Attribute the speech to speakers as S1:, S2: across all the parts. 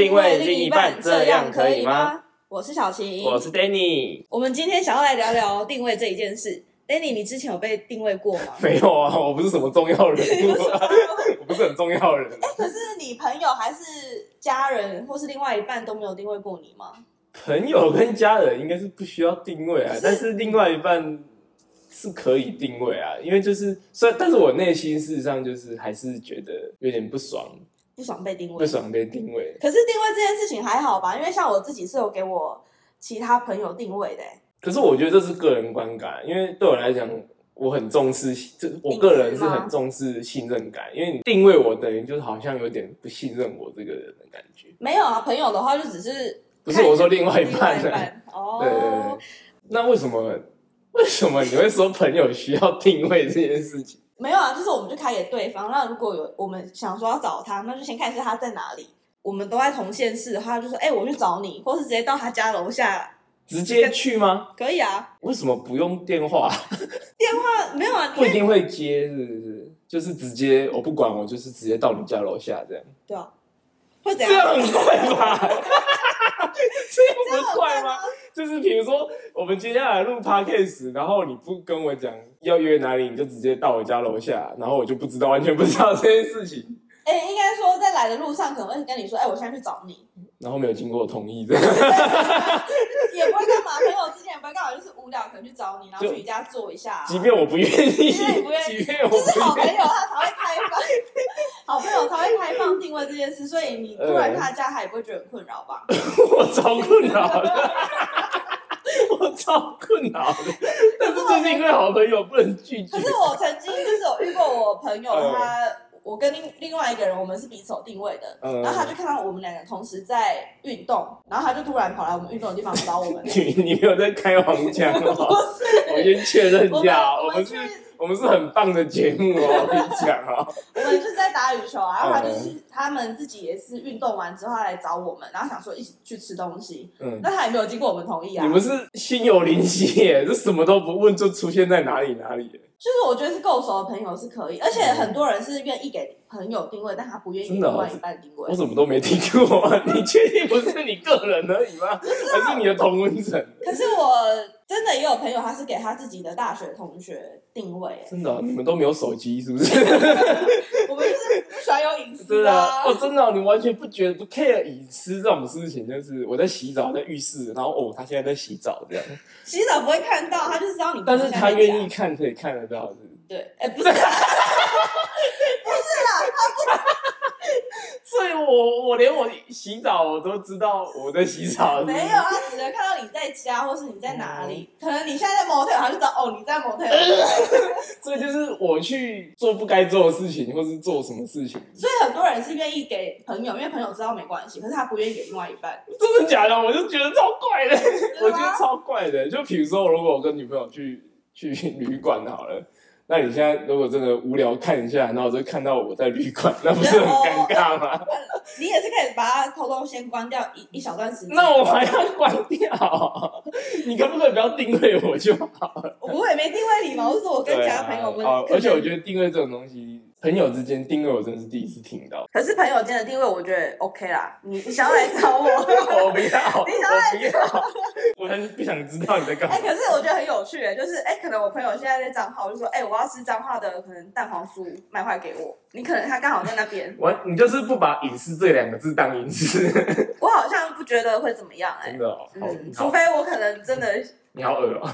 S1: 因为另一半这样可以吗？
S2: 我是小晴，
S1: 我是 Danny，
S2: 我们今天想要来聊聊定位这一件事。Danny，你之前有被定位过 吗？
S1: 没有啊，我不是什么重要 人
S2: 你不
S1: 物
S2: 是
S1: 啊，我不是很重要的人啊。
S2: 可是你朋友还是家人或是另外一半都没有定位过你吗？
S1: 朋友跟家人应该是不需要定位啊
S2: 可是，
S1: 但是另外一半是可以定位啊，因为就是虽然，但是我内心事实上就是还是觉得有点不爽，
S2: 不爽被定
S1: 不
S2: 位。
S1: 爽被定位。
S2: 可是定位这件事情还好吧，因为像我自己是有给我其他朋友定位的、欸。
S1: 可是我觉得这是个人观感，啊因为对我来讲，我很重视，这我个人是很重视信任感，因为你定位我，等于就是好像有点不信任我这个人的感觉。
S2: 没有啊，朋友的话就只是
S1: 不是我说另外一
S2: 另外
S1: 半
S2: 一
S1: 呢、
S2: 半哦。
S1: 对对对，那为什么为什么你会说朋友需要定位这件事 情？
S2: 没有啊，就是我们就开给对方。那如果有我们想说要找他，那就先看一下他在哪里。我们都在同县市的话，就说哎、我去找你，或是直接到他家楼下，
S1: 直接去吗？
S2: 可以啊。
S1: 为什么不用电话？
S2: 那没有啊，因
S1: 不一
S2: 为
S1: 定会接，是不是？就是直接我不管，我就是直接到你家楼下这样，
S2: 对啊，会怎
S1: 这
S2: 样？
S1: 样很怪 吧？这样不怪
S2: 这样
S1: 吗？就是比如说，我们接下来录 podcast，然后你不跟我讲要约哪里，你就直接到我家楼下，然后我就不知道，完全不知道这件事情，
S2: 哎、应该说在来的路上可能会跟你说，哎、我现在去找你，
S1: 然后没有经过我同意这样。
S2: 也不会干嘛，朋友之间也不会干嘛，就是无聊可能去找你，然后
S1: 就
S2: 去你家坐一下、
S1: 即便我不愿意，
S2: 便你不愿意
S1: 即便我
S2: 就是好
S1: 不
S2: 朋
S1: 愿意，
S2: 友他才会开放，好朋友才会开放定位这件事，所以你突然去他家，他也不会觉得很困扰吧？
S1: 我超困扰的，我超困扰的。但是就是因为好朋友不能拒绝
S2: 可，是我曾经就是有遇过我朋
S1: 嗯
S2: 友他，我跟另另外一个人，我们是彼此有定位的，
S1: 嗯。
S2: 然后他就看到我们两个同时在运动，然后他就突然跑来我们运动的地方找我们
S1: 你你没有在开黄腔
S2: 不
S1: 哦。我
S2: 是，
S1: 先确认
S2: 我
S1: 一
S2: 们
S1: 下，哦我
S2: 我
S1: 们
S2: 们去
S1: 是，我们是很棒的节目哦，我跟你讲哦。
S2: 我们就是在打羽球啊，然后他
S1: 嗯
S2: 就是他们自己也是运动完之后来找我们，然后想说一起去吃东西，
S1: 嗯，
S2: 但他也没有经过我们同意啊
S1: 你。们是心有灵犀耶，这什么都不问就出现在哪里哪里耶，
S2: 就是我觉得是够熟的朋友是可以，而且很多人是愿意给朋友定位，但他不愿意给
S1: 嗯真的哦
S2: 另外一半定位
S1: 我。怎么都没听过。啊你确定不是你个人而已吗？
S2: 啊
S1: 还是你的同温层？
S2: 可是我真的也有朋友，他是给他自己的大学同学定位，
S1: 真的哦、你们都没有手机是不是？
S2: 我们就是不喜欢有隐
S1: 真
S2: 私
S1: 的
S2: 啊
S1: 啊，。哦，真的啊、你完全不觉得不 care 隐私这种事情，就是我在洗澡，在浴室，然后哦，他现在在洗澡这样，
S2: 洗澡不会看到，他就知道你。
S1: 但是他愿意。看，可以看得到，是不是
S2: 对，哎、不是啊，
S1: 所以我我连我洗澡我都知道我在洗澡，是不是
S2: 没有，他只能看到你在家或是你在哪
S1: 嗯
S2: 里。可能你现在在 motel，他就知道哦你在 motel。
S1: 所以就是我去做不该做的事情，或是做什么事情，
S2: 所以很多人是愿意给朋友，因为朋友知道没关系，可是他不愿意给另外一半。啊
S1: 真的假的？我就觉得超怪的， 我觉
S2: 真的
S1: 得
S2: 吗
S1: 超怪的。就比如说，如果我跟女朋友去去旅馆好了。那你现在如果真的无聊看一下，然后就看到我在旅馆，那不是很
S2: 哦
S1: 尴尬吗？
S2: 你也是可以把它偷偷先关掉一一小段时间。
S1: 那我还要关掉？你可不可以不要定位我就好？
S2: 我不会没定位你嘛，我是说我跟其他朋友问。
S1: 对啊哦而且我
S2: 得，
S1: 觉得定位这种东西，朋友之间定位我真的是第一次听到。
S2: 可是朋友间的定位，我觉得 OK 啦。你你想要来找我，
S1: 我不要，我
S2: 你想要
S1: 不要， 我很不想知道你在干嘛
S2: 哎、。可是我觉得很有趣、欸，就是哎、可能我朋友现在在彰化，我就说哎、我要吃彰化的可能蛋黄酥，买回来给我。你可能他刚好在那边，
S1: 我你就是不把隐私这两个字当隐私，
S2: 我好像不觉得会怎么样哎、
S1: 真的哦，好
S2: 嗯，，除
S1: 好，
S2: 非我可能真的，
S1: 你好恶哦。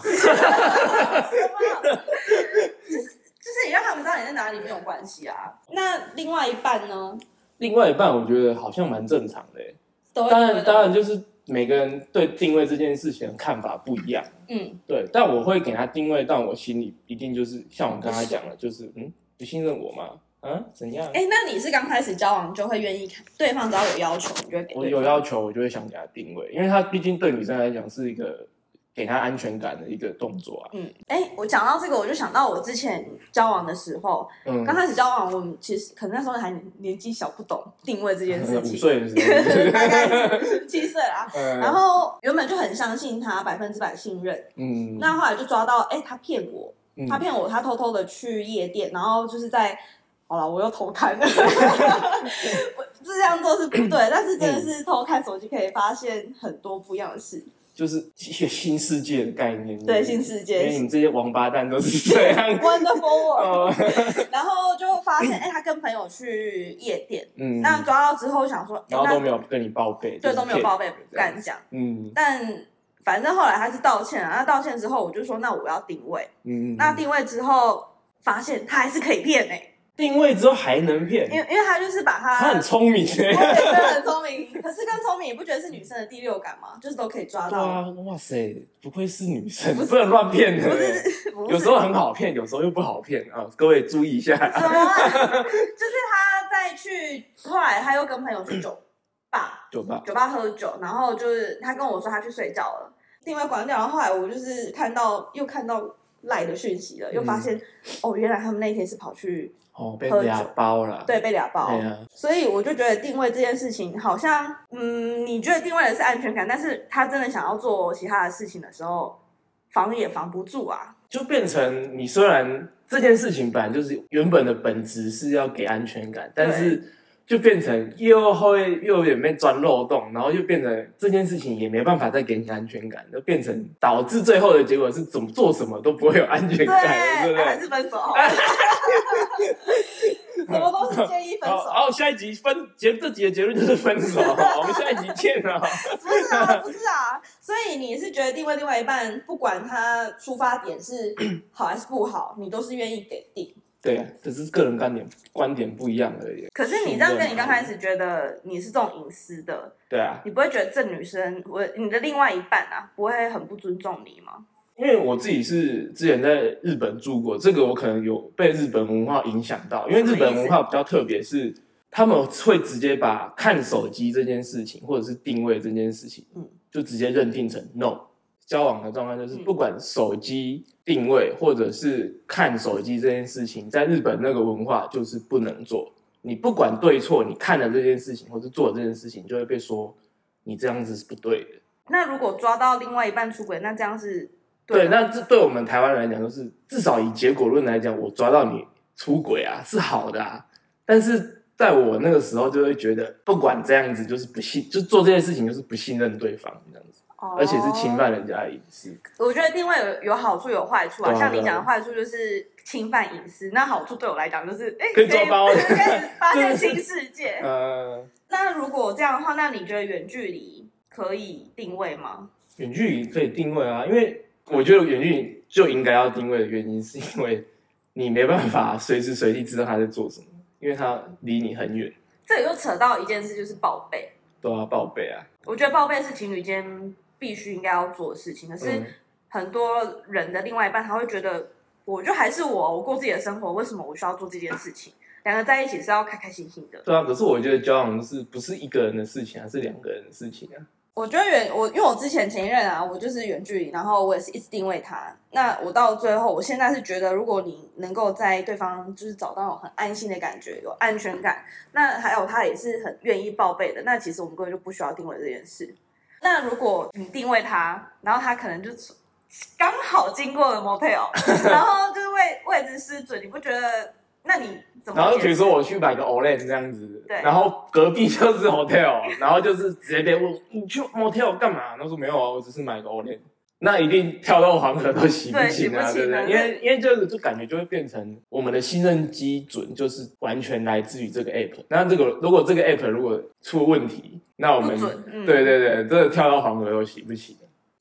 S2: 就是你让他们知道你在哪里没有关系啊。那另外一半呢？
S1: 另外一半我觉得好像蛮正常的耶，欸
S2: 都会
S1: 当
S2: 觉
S1: 然
S2: 得
S1: 当然就是每个人对定位这件事情的看法不一样。
S2: 嗯，
S1: 对，但我会给他定位，但我心里一定就是像我跟他讲的，就是嗯，不信任我吗？啊，怎样？
S2: 哎、那你是刚开始交往就会愿意看对方只要有要求，你就会给
S1: 我
S2: 对
S1: 有
S2: 方。
S1: 要求，我就会想给他定位，因为他毕竟对女生来讲是一个给他安全感的一个动作啊。
S2: 嗯，哎、我讲到这个，我就想到我之前交往的时候，
S1: 嗯
S2: 刚，开始交往，我们其实可能那时候还年纪小，不懂定位这件事
S1: 嗯 五
S2: 情，
S1: 岁的时候，
S2: 大 概十七岁啦。
S1: 嗯
S2: 然后原本就很相信他，百分之百信任。
S1: 嗯，
S2: 那后来就抓到，哎、他骗我，
S1: 嗯
S2: 他骗我，他偷 偷的去夜店，然后就是在，好了，我又偷看了，我这样做是不对，但是
S1: 嗯
S2: 真的是偷看手机可以发现很多不一样的事。
S1: 就是一些新世界的概念。
S2: 对新世界
S1: 因为你们这些王八蛋都是这样。
S2: Wonderful world，
S1: 哦，
S2: 然后就发 现，哎、他跟朋友去夜店，
S1: 嗯，
S2: 那抓到之后想说，哎
S1: 然后
S2: 那
S1: 都没有跟你报备，
S2: 对都没有报备，
S1: 就是
S2: 不
S1: 骗你
S2: 敢讲。
S1: 嗯
S2: 但反正后来他是道歉了，他道歉之后，我就说那我要定位，
S1: 嗯，
S2: 那定位之后发现他还是可以骗哎、
S1: 定位之后还能骗，
S2: 因为因为他就是把他，
S1: 嗯他很聪明欸耶。
S2: 他本身很聪明，可是更聪明，你不觉得是女生的第六感吗？就是都可以抓
S1: 对
S2: 到，
S1: 啊，哇塞，不愧是女生，不能乱骗的。
S2: 不是不是
S1: 有时候很好骗，有时候又不好骗啊！各位注意一下。
S2: 怎么了？就是他在去，后来他又跟朋友去酒吧，
S1: 酒吧，
S2: 酒吧喝酒，然后就是他跟我说他去睡觉了，定位关掉，然后后来我就是看到又看到赖的讯息
S1: 嗯
S2: 了，又发现、哦，原来他们那天是跑去
S1: 哦，被
S2: 喝酒
S1: 俩包了。
S2: 对被俩爆，
S1: 对啊，
S2: 所以我就觉得定位这件事情好像，嗯，你觉得定位的是安全感，但是他真的想要做其他的事情的时候，防也防不住啊。
S1: 就变成你虽然这件事情本来就是原本的本质是要给安全感，但是就变成又会又有点被钻漏洞，然后又变成这件事情也没办法再给你安全感，就变成导致最后的结果是怎么做什么都不会有安全
S2: 对，
S1: 感，对不
S2: 还
S1: 对？
S2: 是分手 好了，什么都是建议分
S1: 好，
S2: 手，
S1: 好，下一集分结这集的结论就是分手，我们下一集见啊！
S2: 不是啊，不是啊。所以你是觉得定位另外一半，不管他出发点 是好还是不好，你都是愿意给定。
S1: 对啊，只是个人观点观点不一样而已。
S2: 可是你这样跟你刚开始觉得你是这种隐私的，
S1: 对啊，
S2: 你不会觉得这女生我你的另外一半啊，不会很不尊重你吗？
S1: 因为我自己是之前在日本住过，这个我可能有被日本文化影响到，因为日本文化比较特别，是他们会直接把看手机这件事情，或者是定位这件事情，
S2: 嗯
S1: 就直接认定成 no。交往的状况就是，
S2: 嗯
S1: 不管手机定位或者是看手机这件事情，在日本那个文化就是不能做。你不管对错，你看了这件事情或是做了这件事情，就会被说你这样子是不对的。
S2: 那如果抓到另外一半出轨，那这样是
S1: 对，
S2: 的
S1: 那这对我们台湾人来讲，就是至少以结果论来讲，我抓到你出轨啊是好的啊，但是在我那个时候就会觉得，不管这样子就是不信，就做这件事情就是不信任对方这样子，而且是侵。犯人家的隐私。
S2: 哦我觉得定位有有好处有坏处啊，
S1: 对啊
S2: 像你
S1: 对啊
S2: 讲的坏处就是侵犯隐私，那好处对我来讲就是哎，
S1: 可以抓包
S2: 可以发现
S1: 就是
S2: 新世界。
S1: 呃，
S2: 那如果这样的话，那你觉得远距离可以定位吗？
S1: 远距离可以定位啊，因为我觉得远距离就应该要定位的原因，是因为你没办法随时随地知道他在做什么，因为他离你很远，
S2: 这里就扯到一件事，就是报备。
S1: 都要报备啊。
S2: 我觉得报备是情侣间必须应该要做的事情，可是
S1: 嗯
S2: 很多人的另外一半他会觉得，我就还是我，我过自己的生活，为什么我需要做这件事情？两个在一起是要开开心心的。
S1: 对啊，可是我觉得交往是不是一个人的事情啊，是两个人的事情啊。
S2: 我觉得远我因为我之前前一任啊，我就是远距离，然后我也是一直定位他。那我到最后，我现在是觉得，如果你能够在对方就是找到很安心的感觉，有安全感，那还有他也是很愿意报备的，那其实我们根本就不需要定位这件事。那如果你定位他，然后他可能就刚好经过了 motel，然后就是位位置失准，你不觉得？那你怎么
S1: 然
S2: 解释？
S1: 后比如说我去买个 Olay 这样子，
S2: 对
S1: 然后隔壁就是 hotel，然后就是直接被问你去 motel 干嘛？他说没有啊，我只是买个 Olay。那一定跳到黄河都洗
S2: 对洗
S1: 清啊，
S2: 不
S1: 对
S2: 清
S1: 不
S2: 啊
S1: 对？因为因为这个就感觉就会变成我们的信任基准就是完全来自于这个 app。那这个如果这个 app 如果出问题，那我们
S2: 不准嗯
S1: 对对对，这个跳到黄河都洗不清。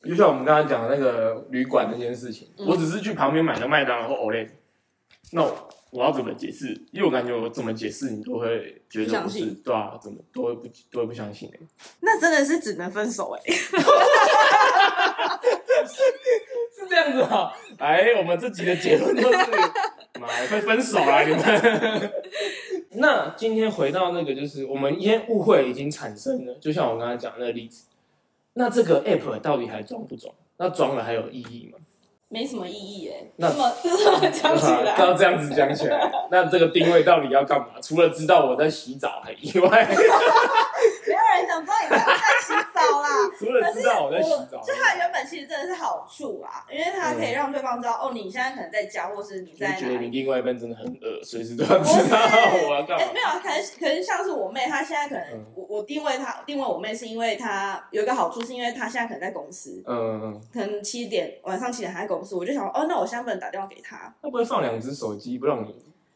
S1: 就像我们刚刚讲的那个旅馆那件事情，
S2: 嗯
S1: 我只是去旁边买个麦当劳或 Olay，那我我要怎么解释？因为我感觉我怎么解释你都会觉
S2: 不
S1: 得
S2: 相
S1: 不是
S2: 信
S1: 对啊，怎么都会不都会不相信、欸、
S2: 那真的是只能分手哎、
S1: 是这样子啊、哎，我们这集的结论就是，妈呀，快分手啦你们。 那今天回到那个，就是我们一些误会已经产生了，就像我刚才讲的那个例子，那这个 app 到底还装不装？那装了还有意义吗？
S2: 没什么意义哎、
S1: 那
S2: 这么这么讲起 来，
S1: 要这样子讲起 来，那这个定位到底要干嘛？除 了知道我在洗澡以外，
S2: 没有人想知道你在不在洗澡啦。
S1: 除了知道我在洗
S2: 我
S1: 澡，
S2: 就它原本其实真的是好处啊，因为它可以让对方知道、哦，你现在可能在家，或是你
S1: 就
S2: 在
S1: 觉得
S2: 哪
S1: 你
S2: 里。
S1: 另外一半真的很恶，随时都要
S2: 不
S1: 知
S2: 是
S1: 道我要干
S2: 哎、
S1: 嘛。
S2: 没有，啊，可能可能像是我妹，她现在可能、
S1: 嗯
S2: 我我定位她定位我妹是因为她有一个好处，是因为她现在可能在公司，
S1: 嗯，嗯
S2: 可能七点晚上七点还在公司，我就想哦，那我现在不能打电话给她，
S1: 会不会放两只手机不让你？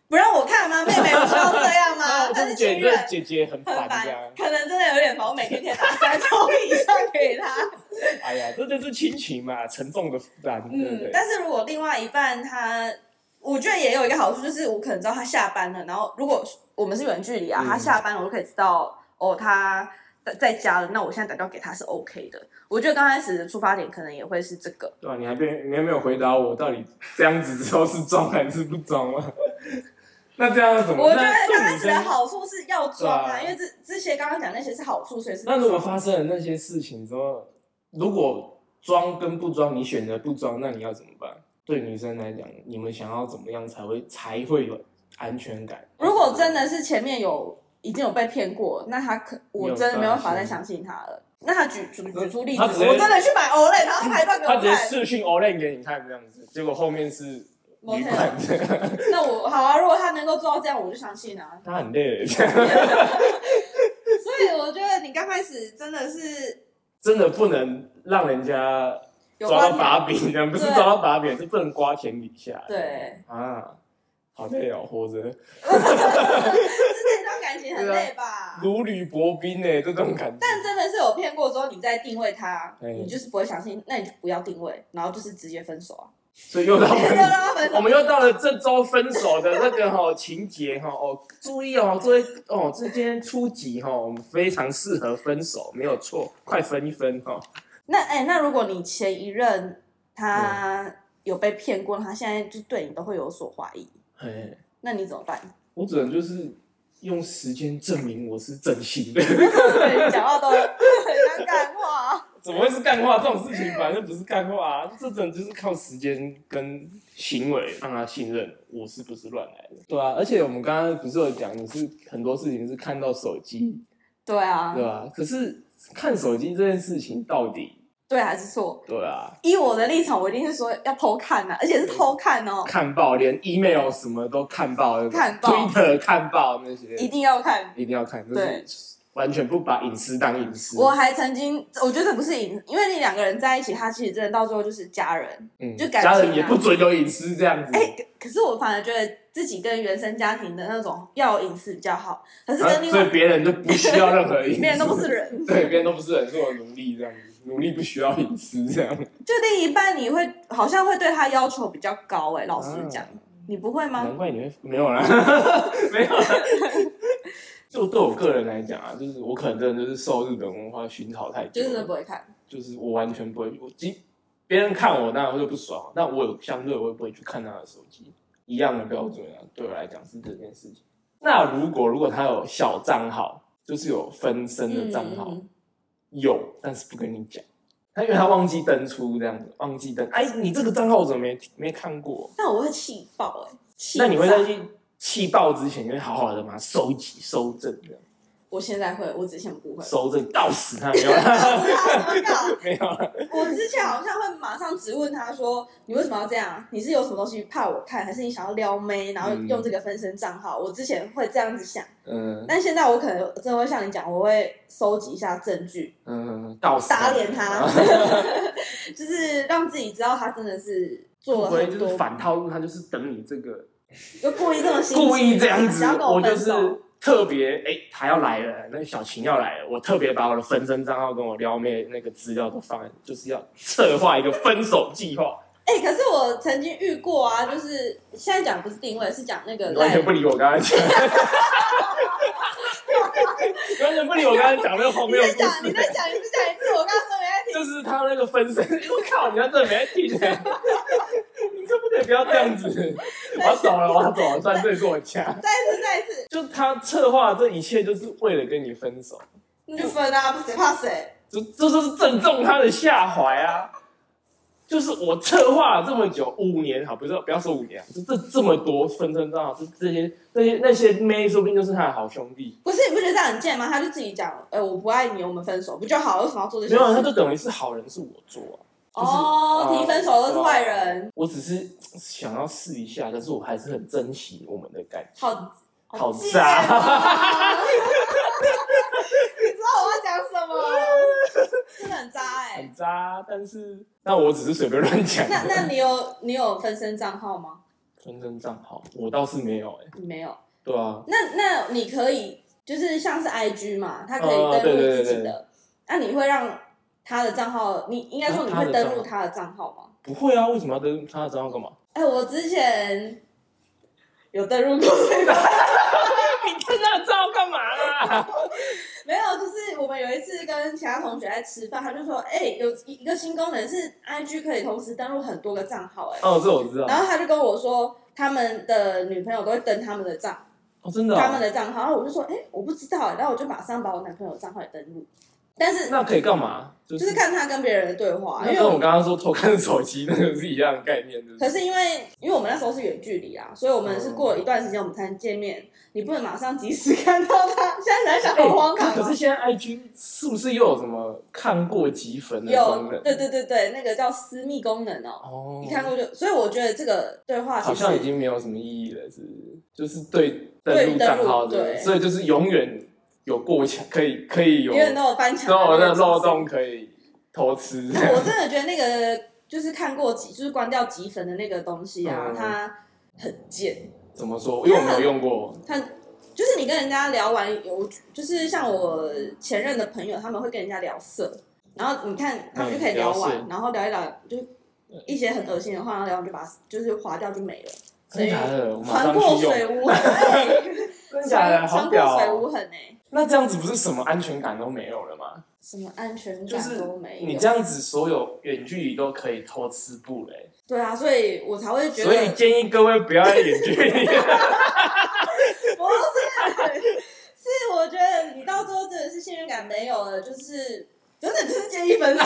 S2: 不让我看吗？妹妹不需要这样吗？
S1: 我
S2: 但
S1: 真
S2: 啊是
S1: 的觉得
S2: 情
S1: 你
S2: 人
S1: 这姐姐很
S2: 很
S1: 烦啊这
S2: 烦
S1: 样，。
S2: 可能真的有点烦，我每天可以打三通以上给她。
S1: 哎呀，这就是亲情嘛，沉重的负担，对不
S2: 嗯，
S1: 对？
S2: 但是如果另外一半他，我觉得也有一个好处，就是我可能知道他下班了，然后如果我们是远距离啊，
S1: 嗯
S2: 他下班了，我就可以知道哦，他在在家了，那我现在打电话给他是 OK 的。我觉得刚开始的出发点可能也会是这个，
S1: 对啊，你还没你还没有回答我，到底这样子之后是中还是不中啊？ 那这样怎么？
S2: 我觉得
S1: 那
S2: 刚
S1: 对
S2: 开
S1: 女
S2: 始的
S1: 生，
S2: 好处是要装
S1: 对
S2: 啊，
S1: 啊
S2: 因为这这些刚刚讲那些是好处，所以是
S1: 那如果发生了那些事情之后，如果装跟不装，你选择不装，那你要怎么办？对女生来讲，你们想要怎么样才会才会有安全感？
S2: 如果真的是前面有已经有被骗过，那他可
S1: 没有
S2: 我真的没有办法
S1: 担
S2: 再
S1: 心
S2: 相信他了。那他举举举出例子，
S1: 他直接
S2: 我真的去买 Olay，然后拍一段给
S1: 他
S2: 我
S1: 直接
S2: 看。
S1: 视讯 Olen 给你看这样子，结果后面是
S2: 某
S1: 旅
S2: 天
S1: 馆，
S2: 那我好啊，如果他能够做到这样，我就相信啊。
S1: 他很累，
S2: 所以我觉得你刚开始真的是
S1: 真的不能让人家
S2: 有
S1: 抓
S2: 关
S1: 到
S2: 联
S1: 把柄，这样不是
S2: 对啊
S1: 抓到把柄，是不能瓜田李下。
S2: 对，
S1: 啊，好累哦，活着
S2: 是这段感情很累吧？
S1: 如履薄冰呢，这种感觉。
S2: 啊但真的是有骗过之后，你再定位他，
S1: 嗯
S2: 你就是不会相信，那你就不要定位，然后就是直接分手 啊，
S1: 所以又到
S2: 就
S1: 分
S2: 让他分
S1: 我
S2: 手。
S1: 们又到了这周分手的那个哈、情节哈哦，注意哦，这哦这今天初级哈、我们非常适合分手，没有错，快分一分哈、
S2: 那哎、那如果你前一任
S1: 嗯
S2: 他有被骗过，他现在就对你都会有所怀疑，
S1: 哎，
S2: 那你怎么办？
S1: 我只能就是用时间证明我是真心的，
S2: 对你讲话都很尴尬 话，
S1: 怎么会是干话？这种事情反正不是干话啊，这种就是靠时间跟行为让他信任我是不是乱来的，对啊，而且我们刚刚不是有讲，你是很多事情是看到手机，
S2: 对啊
S1: 对，吧、可是看手机这件事情到底，
S2: 对还是错？
S1: 对啊。
S2: 依我的立场，我一定是说要偷看啊呐、而且是偷看哦，
S1: 看爆，连 email 什么都看爆，
S2: 看爆
S1: Twitter 看爆那些，
S2: 一定要看。
S1: 一定要看，就
S2: 对
S1: 是完全不把隐私当隐私。
S2: 我还曾经，我觉得这不是隐，因为你两个人在一起，他其实真的到最后就是家人。
S1: 嗯
S2: 就感情啊
S1: 家人也不准有隐私这样子。
S2: 哎、可可是我反而觉得自己跟原生家庭的那种要有隐私比较好，可是
S1: 啊
S2: 跟另
S1: 所
S2: 外
S1: 以别人就不需要 任何隐私，
S2: 别人都不是 人，
S1: 对，别人都不是人，是我奴隶这样子，奴隶不需要隐私 这样。
S2: 就另一半你会好像会对他要求比较高哎、老实讲，
S1: 啊
S2: 你不会吗？
S1: 难怪你会没有啦， 没有啦。就对我个人来讲啊，就是我可能真的就是受日本文化熏陶太久
S2: 就
S1: 了，
S2: 是真的不会看，
S1: 就是我完全不会，我即别人看我当然会不爽，但我有相对我也不会去看他的手机，一样的标准啊，对我来讲是这件事情。那如果如果他有小账号，就是有分身的账号，
S2: 嗯
S1: 有，但是不跟你讲，他因为他忘记登出这样子，忘记登，哎，你这个账号我怎么没没看过？
S2: 那我会气爆哎、气
S1: 那你会
S2: 炸
S1: 在去气爆之前，就会好好的把它收集收证这样，
S2: 我现在会，我之前不 会。
S1: 收证到死他没有啦，
S2: 我知道怎么搞？
S1: 没有啦，
S2: 我之前好像会马上直问他说：“你为什么要这样？啊你是有什么东西怕我看，还是你想要撩妹，然后用这个分身账号？”我之前会这样子想，
S1: 嗯
S2: 但现在我可能真的会像你讲，我会收集一下证据，
S1: 嗯，到死
S2: 打脸 他，就是让自己知道他真的是做了
S1: 会不会
S2: 很
S1: 就
S2: 多
S1: 是，反套路，他就是等你这个
S2: 就故意这么心机
S1: 故意这样子
S2: 想要，跟
S1: 我就
S2: 分
S1: 是
S2: 手。
S1: 特别哎、他要来了，那个小琴要来了，我特别把我的分身账号跟我撩妹那个资料都放在，就是要策划一个分手计划，
S2: 哎、可是我曾经遇过啊，就是现在讲不是定位，是讲那个
S1: 你完
S2: 赖
S1: 全不理我刚才讲， 你完全不理我刚才讲那个荒
S2: 你
S1: 谬的
S2: 在
S1: 故
S2: 讲，你
S1: 事
S2: 在。讲，你再讲一次，我刚刚说没在听。
S1: 就是他那个分身，我靠！你要真的没在听、欸，你可不可以不要这 样子？我要走了，我要走了，算这里是我家。
S2: 再一次，再一次，
S1: 就他策划这一切，就是为了跟你分手。
S2: 你就分啊，谁怕谁？
S1: 这这就是正中他的下怀啊！就是我策划了这么久，五年好，不是不要说五年啊，就这这么多分身账号，这这些这些那些妹，说不定就是他的好兄弟。
S2: 不是你不觉得这样很贱吗？他就自己讲，呃，我不爱你，我们分手不就好？为什么要做这些
S1: 没有啊，他
S2: 事？
S1: 就等于是好人是我做啊，就是哦
S2: 哦，
S1: 呃
S2: 提分手都是坏人，
S1: 我只是想要试一下，可是我还是很珍惜我们的感情。
S2: 好
S1: 好
S2: 贱
S1: 渣
S2: 啊！你知道我要讲什么？真的很渣哎、
S1: 很渣，但是那我只是随便乱讲的。
S2: 那那你有你有分身账号吗？
S1: 分身账号我倒是没有哎、
S2: 你没有。
S1: 对啊，
S2: 那那你可以就是像是 IG 嘛，它可以
S1: 哦
S2: 登
S1: 对
S2: 录
S1: 对
S2: 自
S1: 对
S2: 己的。那你会让他的账号，你应该说你会登录
S1: 啊
S2: 他的账号吗？
S1: 不会啊，为什么要登他的账号干嘛？
S2: 哎，我之前有登录过对吧？
S1: 你登他的账号干嘛啦？
S2: 没有，就是我们有一次跟其他同学在吃饭，他就说，哎，有一一个新功能是 IG 可以同时登录很多个账号，哎，
S1: 哦，这我知道。
S2: 然后他就跟我说。他们的女朋友都会登他们的账，
S1: 哦，真的、
S2: 他们
S1: 啊？
S2: 的账号，然后我就说，哎、我不知道、哎然后我就马上把我男朋友的账号也登录，但是
S1: 那可以干嘛？就
S2: 就是看他跟别人的对话，
S1: 那
S2: 因为
S1: 跟我
S2: 我
S1: 刚刚说偷看手机那个是一样的概念，就是
S2: 可是因为因为我们那时候是远距离啊，所以我们是过了一段时间我们才能见面，你不能马上及时看到他。现在想想好荒唐
S1: 哎可
S2: 啊
S1: 是！现在 IG 是不是又有什么看过积分的功
S2: 有
S1: 能？
S2: 对对对对，那个叫私密功能哦，
S1: 哦，
S2: 你看过就，所以我觉得这个对话
S1: 好
S2: 其实
S1: 像已经没有什么意义了，是不是就是对
S2: 对
S1: 登录账号
S2: 登录
S1: 的，
S2: 对
S1: 所以就是永远有过墙，可以可以有
S2: 永远都有翻墙
S1: 都有
S2: 的
S1: 那
S2: 那
S1: 个
S2: 个
S1: 漏
S2: 机制
S1: 洞可以偷吃。
S2: 那 我真的觉得那个就是看过几，就是关掉集粉的那个东西啊，
S1: 嗯
S2: 它很贱。
S1: 怎么说？因为我没有用过，
S2: 他就是你跟人家聊完有，就是像我前任的朋友，他们会跟人家聊色，然后你看他们就可以聊
S1: 嗯
S2: 完，
S1: 聊色
S2: 然后聊一聊，就一些很恶心的话，然后聊完就把它就是划掉就没了。所
S1: 真
S2: 以
S1: 假的？我马
S2: 船
S1: 上
S2: 过
S1: 去用，
S2: 水无 痕，
S1: 真假的？
S2: 船
S1: 好
S2: 船过
S1: 屌
S2: 水
S1: 哦！
S2: 无痕哎，
S1: 那这样子不是什么安全感都没有了吗？
S2: 什么安全
S1: 就是
S2: 感都没有。
S1: 你这样子，所有远距离都可以偷吃不嘞、
S2: 对啊，所以我才会觉得
S1: 所以建议各位不要远距离。
S2: 不是，是我觉得你到最后真的是信任感没有了，就是真的就是建议 分手。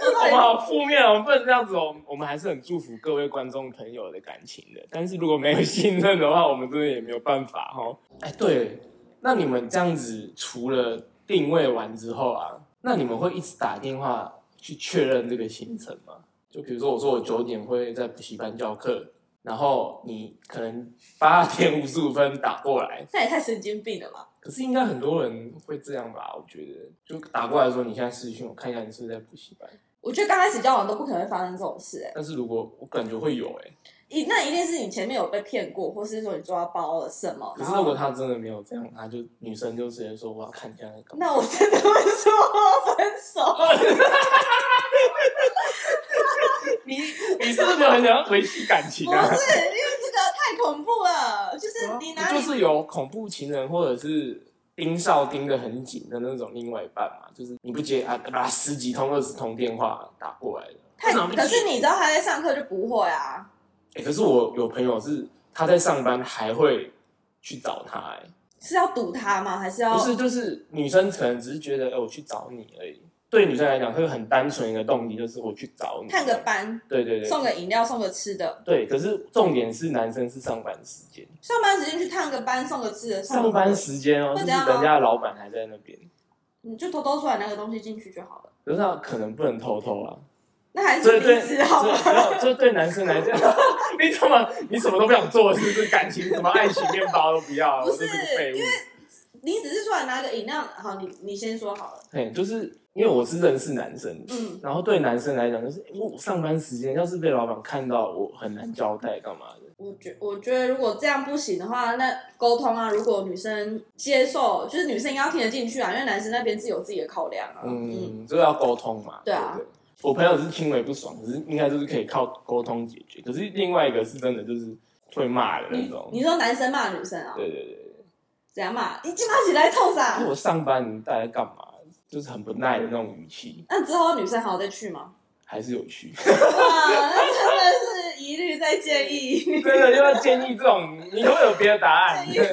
S2: 我
S1: 我
S2: 到底
S1: 们好负面，我们不能这样子哦。我们还是很祝福各位观众朋友的感情的，但是如果没有信任的话，我们真的也没有办法哦。哎，对，那你们这样子除了定位完之后啊，那你们会一直打电话去确认这个行程吗？就比如说，我说我九点会在补习班教课，然后你可能八点五十五分打过来，
S2: 那也太神经病了吧？
S1: 可是应该很多人会这样吧？我觉得，就打过来说你现在私讯我，看一下你是不是在补习班。
S2: 我觉得刚开始交往都不可能会发生这种事、哎，
S1: 但是如果我感觉会有哎、
S2: 一那一定是你前面有被骗过，或是说你抓包了什么，
S1: 可
S2: 然
S1: 是如果
S2: 后
S1: 他真的没有这样，他就女生就直接说我要看一下那个。
S2: 那我真的会说分手。
S1: 你你是不是没有很想要维系感情
S2: 不是，因
S1: 啊？
S2: 为这个太恐怖了，就是你哪
S1: 哦就
S2: 里
S1: 是有恐怖情人或者是盯梢盯得很紧的那种另外一半嘛，就是你不接啊，把十几通二十通电话打过来的。
S2: 太
S1: 为什么不接
S2: 可是你知道他在上课就不会啊，
S1: 欸可是我有朋友是他在上班还会去找他哎、
S2: 是要堵他吗？还是要
S1: 不是，就是女生可能只是觉得，哎、我去找你而已。对女生来讲，会有很单纯一个动机，就是我去找你
S2: 探个班，
S1: 对对对，
S2: 送个饮料，送个吃的？
S1: 对，可是重点是男生是上班时间，
S2: 上班时间去探个班，送个吃的，
S1: 上班时间哦，
S2: 会
S1: 就是
S2: 怎样吗
S1: 人家的老板还在那边，
S2: 你就偷偷出来拿个东西进去就好了。
S1: 可是他可能不能偷偷啊。
S2: 那还
S1: 所
S2: 是
S1: 以对，
S2: 彼
S1: 所以
S2: 此好吗？
S1: 没有所以对男生来讲， 你怎么你什么都不想做，是不是？感情什么爱情面包都不要了，
S2: 不
S1: 我
S2: 是
S1: 就是个废物。
S2: 你只是出来拿个饮料，好，你你先说好了。
S1: 嘿，就是因为我是认识男生的，
S2: 嗯，
S1: 然后对男生来讲，就是因为我上班时间要是被老板看到，我很难交代干嘛的。
S2: 嗯我觉我觉得如果这样不行的话，那沟通啊，如果女生接受，就是女生应该要听得进去啊，因为男生那边是有自己的考量啊。嗯，
S1: 嗯，这个要沟通嘛。
S2: 对啊
S1: 不对。我朋友是轻微不爽，可是应该就是可以靠沟通解决。可是另外一个是真的就是会骂的那种。
S2: 你说男生骂女生啊？
S1: 对对对，
S2: 怎样骂？你鸡巴起来冲啥
S1: 因为？我上班你大概干嘛，就是很不耐的那种语气，
S2: 那之后女生还有再去 吗？
S1: 还是有 趣。
S2: 哇，那真的是一律再建 议。
S1: 真的就要建议 这 种，你会有别的答案
S2: 建议。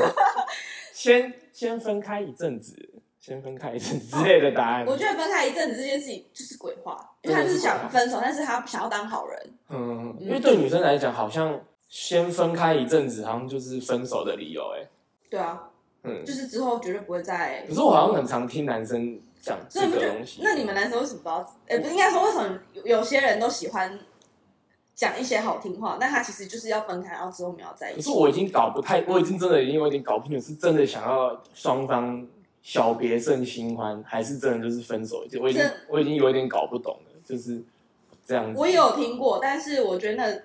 S1: 先先分开一阵子，先分开一次之类的答案。
S2: 我觉得分开一阵子这件事情就是鬼话，因为他是想分手，但是他想要当好人。
S1: 嗯，因为对女生来讲，好像先分开一阵子，好像就是分手的理由、欸。哎，
S2: 对啊，
S1: 嗯，
S2: 就是之后绝对不会再
S1: 可。是我好像很常听男生讲
S2: 所以
S1: 这
S2: 你不
S1: 个
S2: 觉
S1: 东
S2: 得
S1: 西？。啊
S2: 那你们男生为什么不要？呃，不应该说为什么有有些人都喜欢讲一些好听话，但他其实就是要分开，然后之后没有在一
S1: 可
S2: 起
S1: 是。我已经搞不太，我已经真的已经有点搞不清楚，是真的想要双方小别胜新欢，还是真的就是分手？我已经
S2: 这
S1: 我已经有点搞不懂了，就是这样子。
S2: 我也有听过，但是我觉得那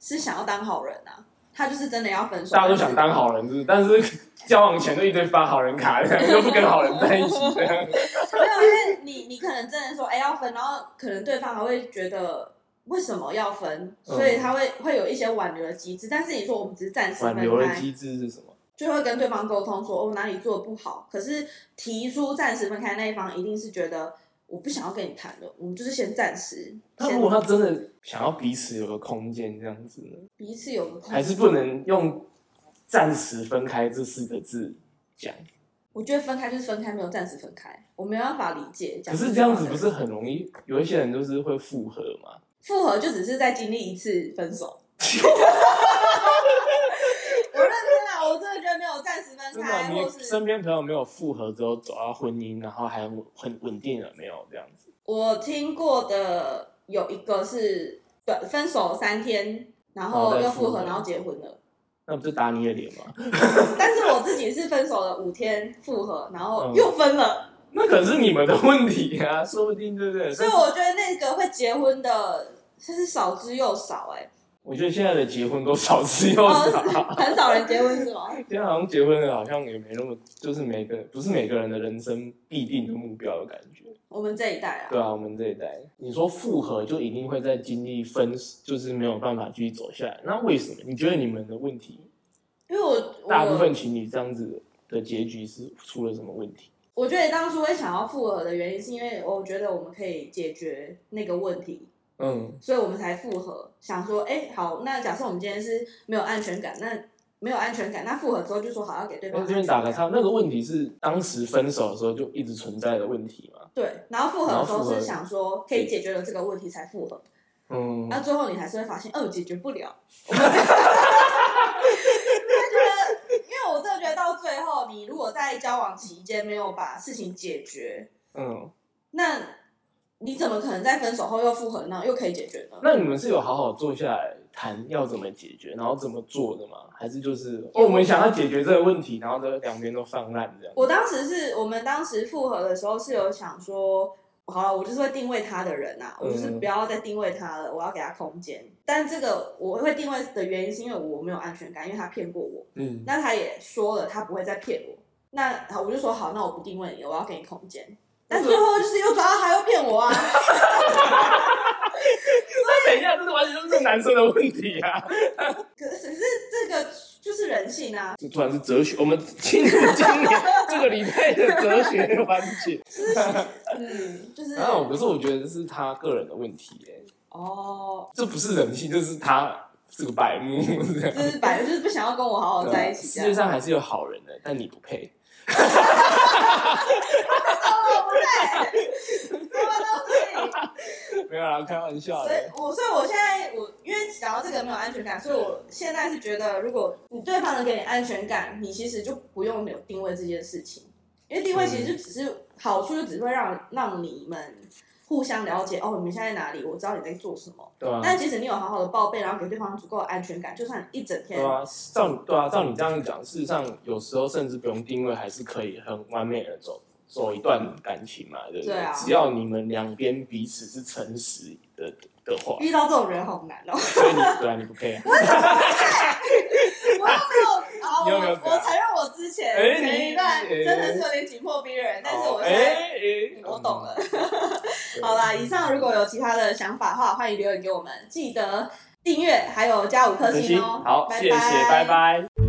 S2: 是想要当好人啊，他就是真的要分手。
S1: 大家都想当好人，是不是？但是交往前就一堆发好人卡，这样又不跟好人在一起，这 样
S2: 没有，因为你你可能真的说哎、要分，然后可能对方还会觉得为什么要分，
S1: 嗯
S2: 所以他会会有一些挽留的机制。但是你说我们只是暂时分
S1: 挽留的
S2: 开，
S1: 机制是什么？
S2: 就会跟对方沟通说哦哪里做的不好，可是提出暂时分开那一方一定是觉得我不想要跟你谈了，我们就是先暂时，
S1: 那
S2: 先
S1: 如果他真的想要彼此有个空间，这样子呢？
S2: 彼此有个空
S1: 还是不能用“暂时分开”这四个字讲。
S2: 我觉得分开就是分开，没有暂时分开，我没有办法理解。
S1: 可是这样子不
S2: 是。
S1: 是很容易？有一些人就是会复合嘛。
S2: 复合就只是再经历一次分手。 我认真啦，我真的觉得没有暂时分
S1: 真
S2: 开，
S1: 的，啊
S2: 或
S1: 你
S2: 是
S1: 身边朋友没有复合之后走到婚姻，然后还很很稳定了没有？这样子，
S2: 我听过的有一个是对分手三天，然
S1: 然后
S2: 后
S1: 再
S2: 又
S1: 复
S2: 复合，
S1: 合
S2: 然后结婚了。
S1: 那不是打你的脸吗？
S2: 但是我自己是分手了五天，复合，然
S1: 嗯
S2: 后又分了，
S1: 那可是你们的问题啊，说不定对不对？
S2: 所以我觉得那个会结婚的，真是少之又少哎、
S1: 我觉得现在的结婚都少之又少，
S2: 哦， 很少人结婚是吗？
S1: 现在好像结婚了，好像也没那么，就是每个不是每个人的人生必定的目标的感觉。
S2: 我们这一代啊，
S1: 对啊，我们这一代，你说复合就一定会在经历分，就是没有办法继续走下来，那为什么？你觉得你们的问题，
S2: 因为我我
S1: 大部分情侣这样子的结局是出了什么问题？
S2: 我觉得当初会想要复合的原因，是因为我觉得我们可以解决那个问题，
S1: 嗯，
S2: 所以我们才复合。想说，哎、好，那假设我们今天是没有安全感，那没有安全感，那复合之后就说好要给对方
S1: 那
S2: 安
S1: 这
S2: 全感
S1: 边打个岔，那个问题是当时分手的时候就一直存在的问题嘛？
S2: 对，然后复合的时
S1: 然后复
S2: 候
S1: 合
S2: 是想说可以解决了这个问题才复合，
S1: 嗯，
S2: 那、最后你还是会发现，哦、解决不了。我觉得，因为我真的觉得到最后，你如果在交往期间没有把事情解决，
S1: 嗯，
S2: 那你怎么可能在分手后又复合呢？又可以解决呢？
S1: 那你们是有好好坐下来谈要怎么解决，然后怎么做的吗？还是就是哦，我们想要解决这个问题，然后这两边都放烂这样？
S2: 我当时是我们当时复合的时候是有想说，好了，我就是会定位他的人啊，
S1: 嗯
S2: 我就是不要再定位他了，我要给他空间。但这个我会定位的原因是因为我没有安全感，因为他骗过我，
S1: 嗯，
S2: 那他也说了他不会再骗我，那好，我就说好，那我不定位你，我要给你空间。但最后就是又抓到他又骗我啊！
S1: 那等一下，这是完全就是男生的问题啊！
S2: 可是可是这个就是人性啊，
S1: 这突然是哲学，我们进入今年这个礼拜的哲学环节。
S2: 就是嗯，就是
S1: 然后，可是我觉得这是他个人的问题耶，
S2: 哦，
S1: 这不是人性，这是他是个白目这样。啊
S2: 就是反正就是不想要跟我好好在一起
S1: 世
S2: 这
S1: 界
S2: 样。
S1: 上还是有好人的，但你不配。
S2: 对吧都可以
S1: 没有啦，开玩笑
S2: 所以
S1: 的。，
S2: 我所以我现在我因为讲到这个没有安全感，所以我现在是觉得，如果你对方能给你安全感，你其实就不用有定位这件事情，因为定位其实就只是、好处，就只会让让你们互相了解哦，你们现在在哪里，我知道你在做什么。
S1: 对啊，
S2: 但其实你有好好的报备，然后给对方足够的安全感，就算一整天
S1: 对啊，照你对啊，照你这样讲，事实上有时候甚至不用定位，还是可以很完美的走走一段感情嘛，对不
S2: 对啊
S1: 只要你们两边彼此是诚实的的话，
S2: 遇到这种人 好难哦。
S1: 所以你对啊，你 不配啊。
S2: 我又没有，好，啊我
S1: 你又没有怎样
S2: 我承认我之前
S1: 哎你
S2: 前一段真的是有点紧迫逼人，但是我现在。
S1: 哎哎
S2: 我懂了。
S1: 对
S2: 好啦，以上如果有其他的想法的话，欢迎留言给我们，记得订阅还有加五颗
S1: 很
S2: 星
S1: 心
S2: 哦。
S1: 好，
S2: 拜
S1: 谢谢，拜拜。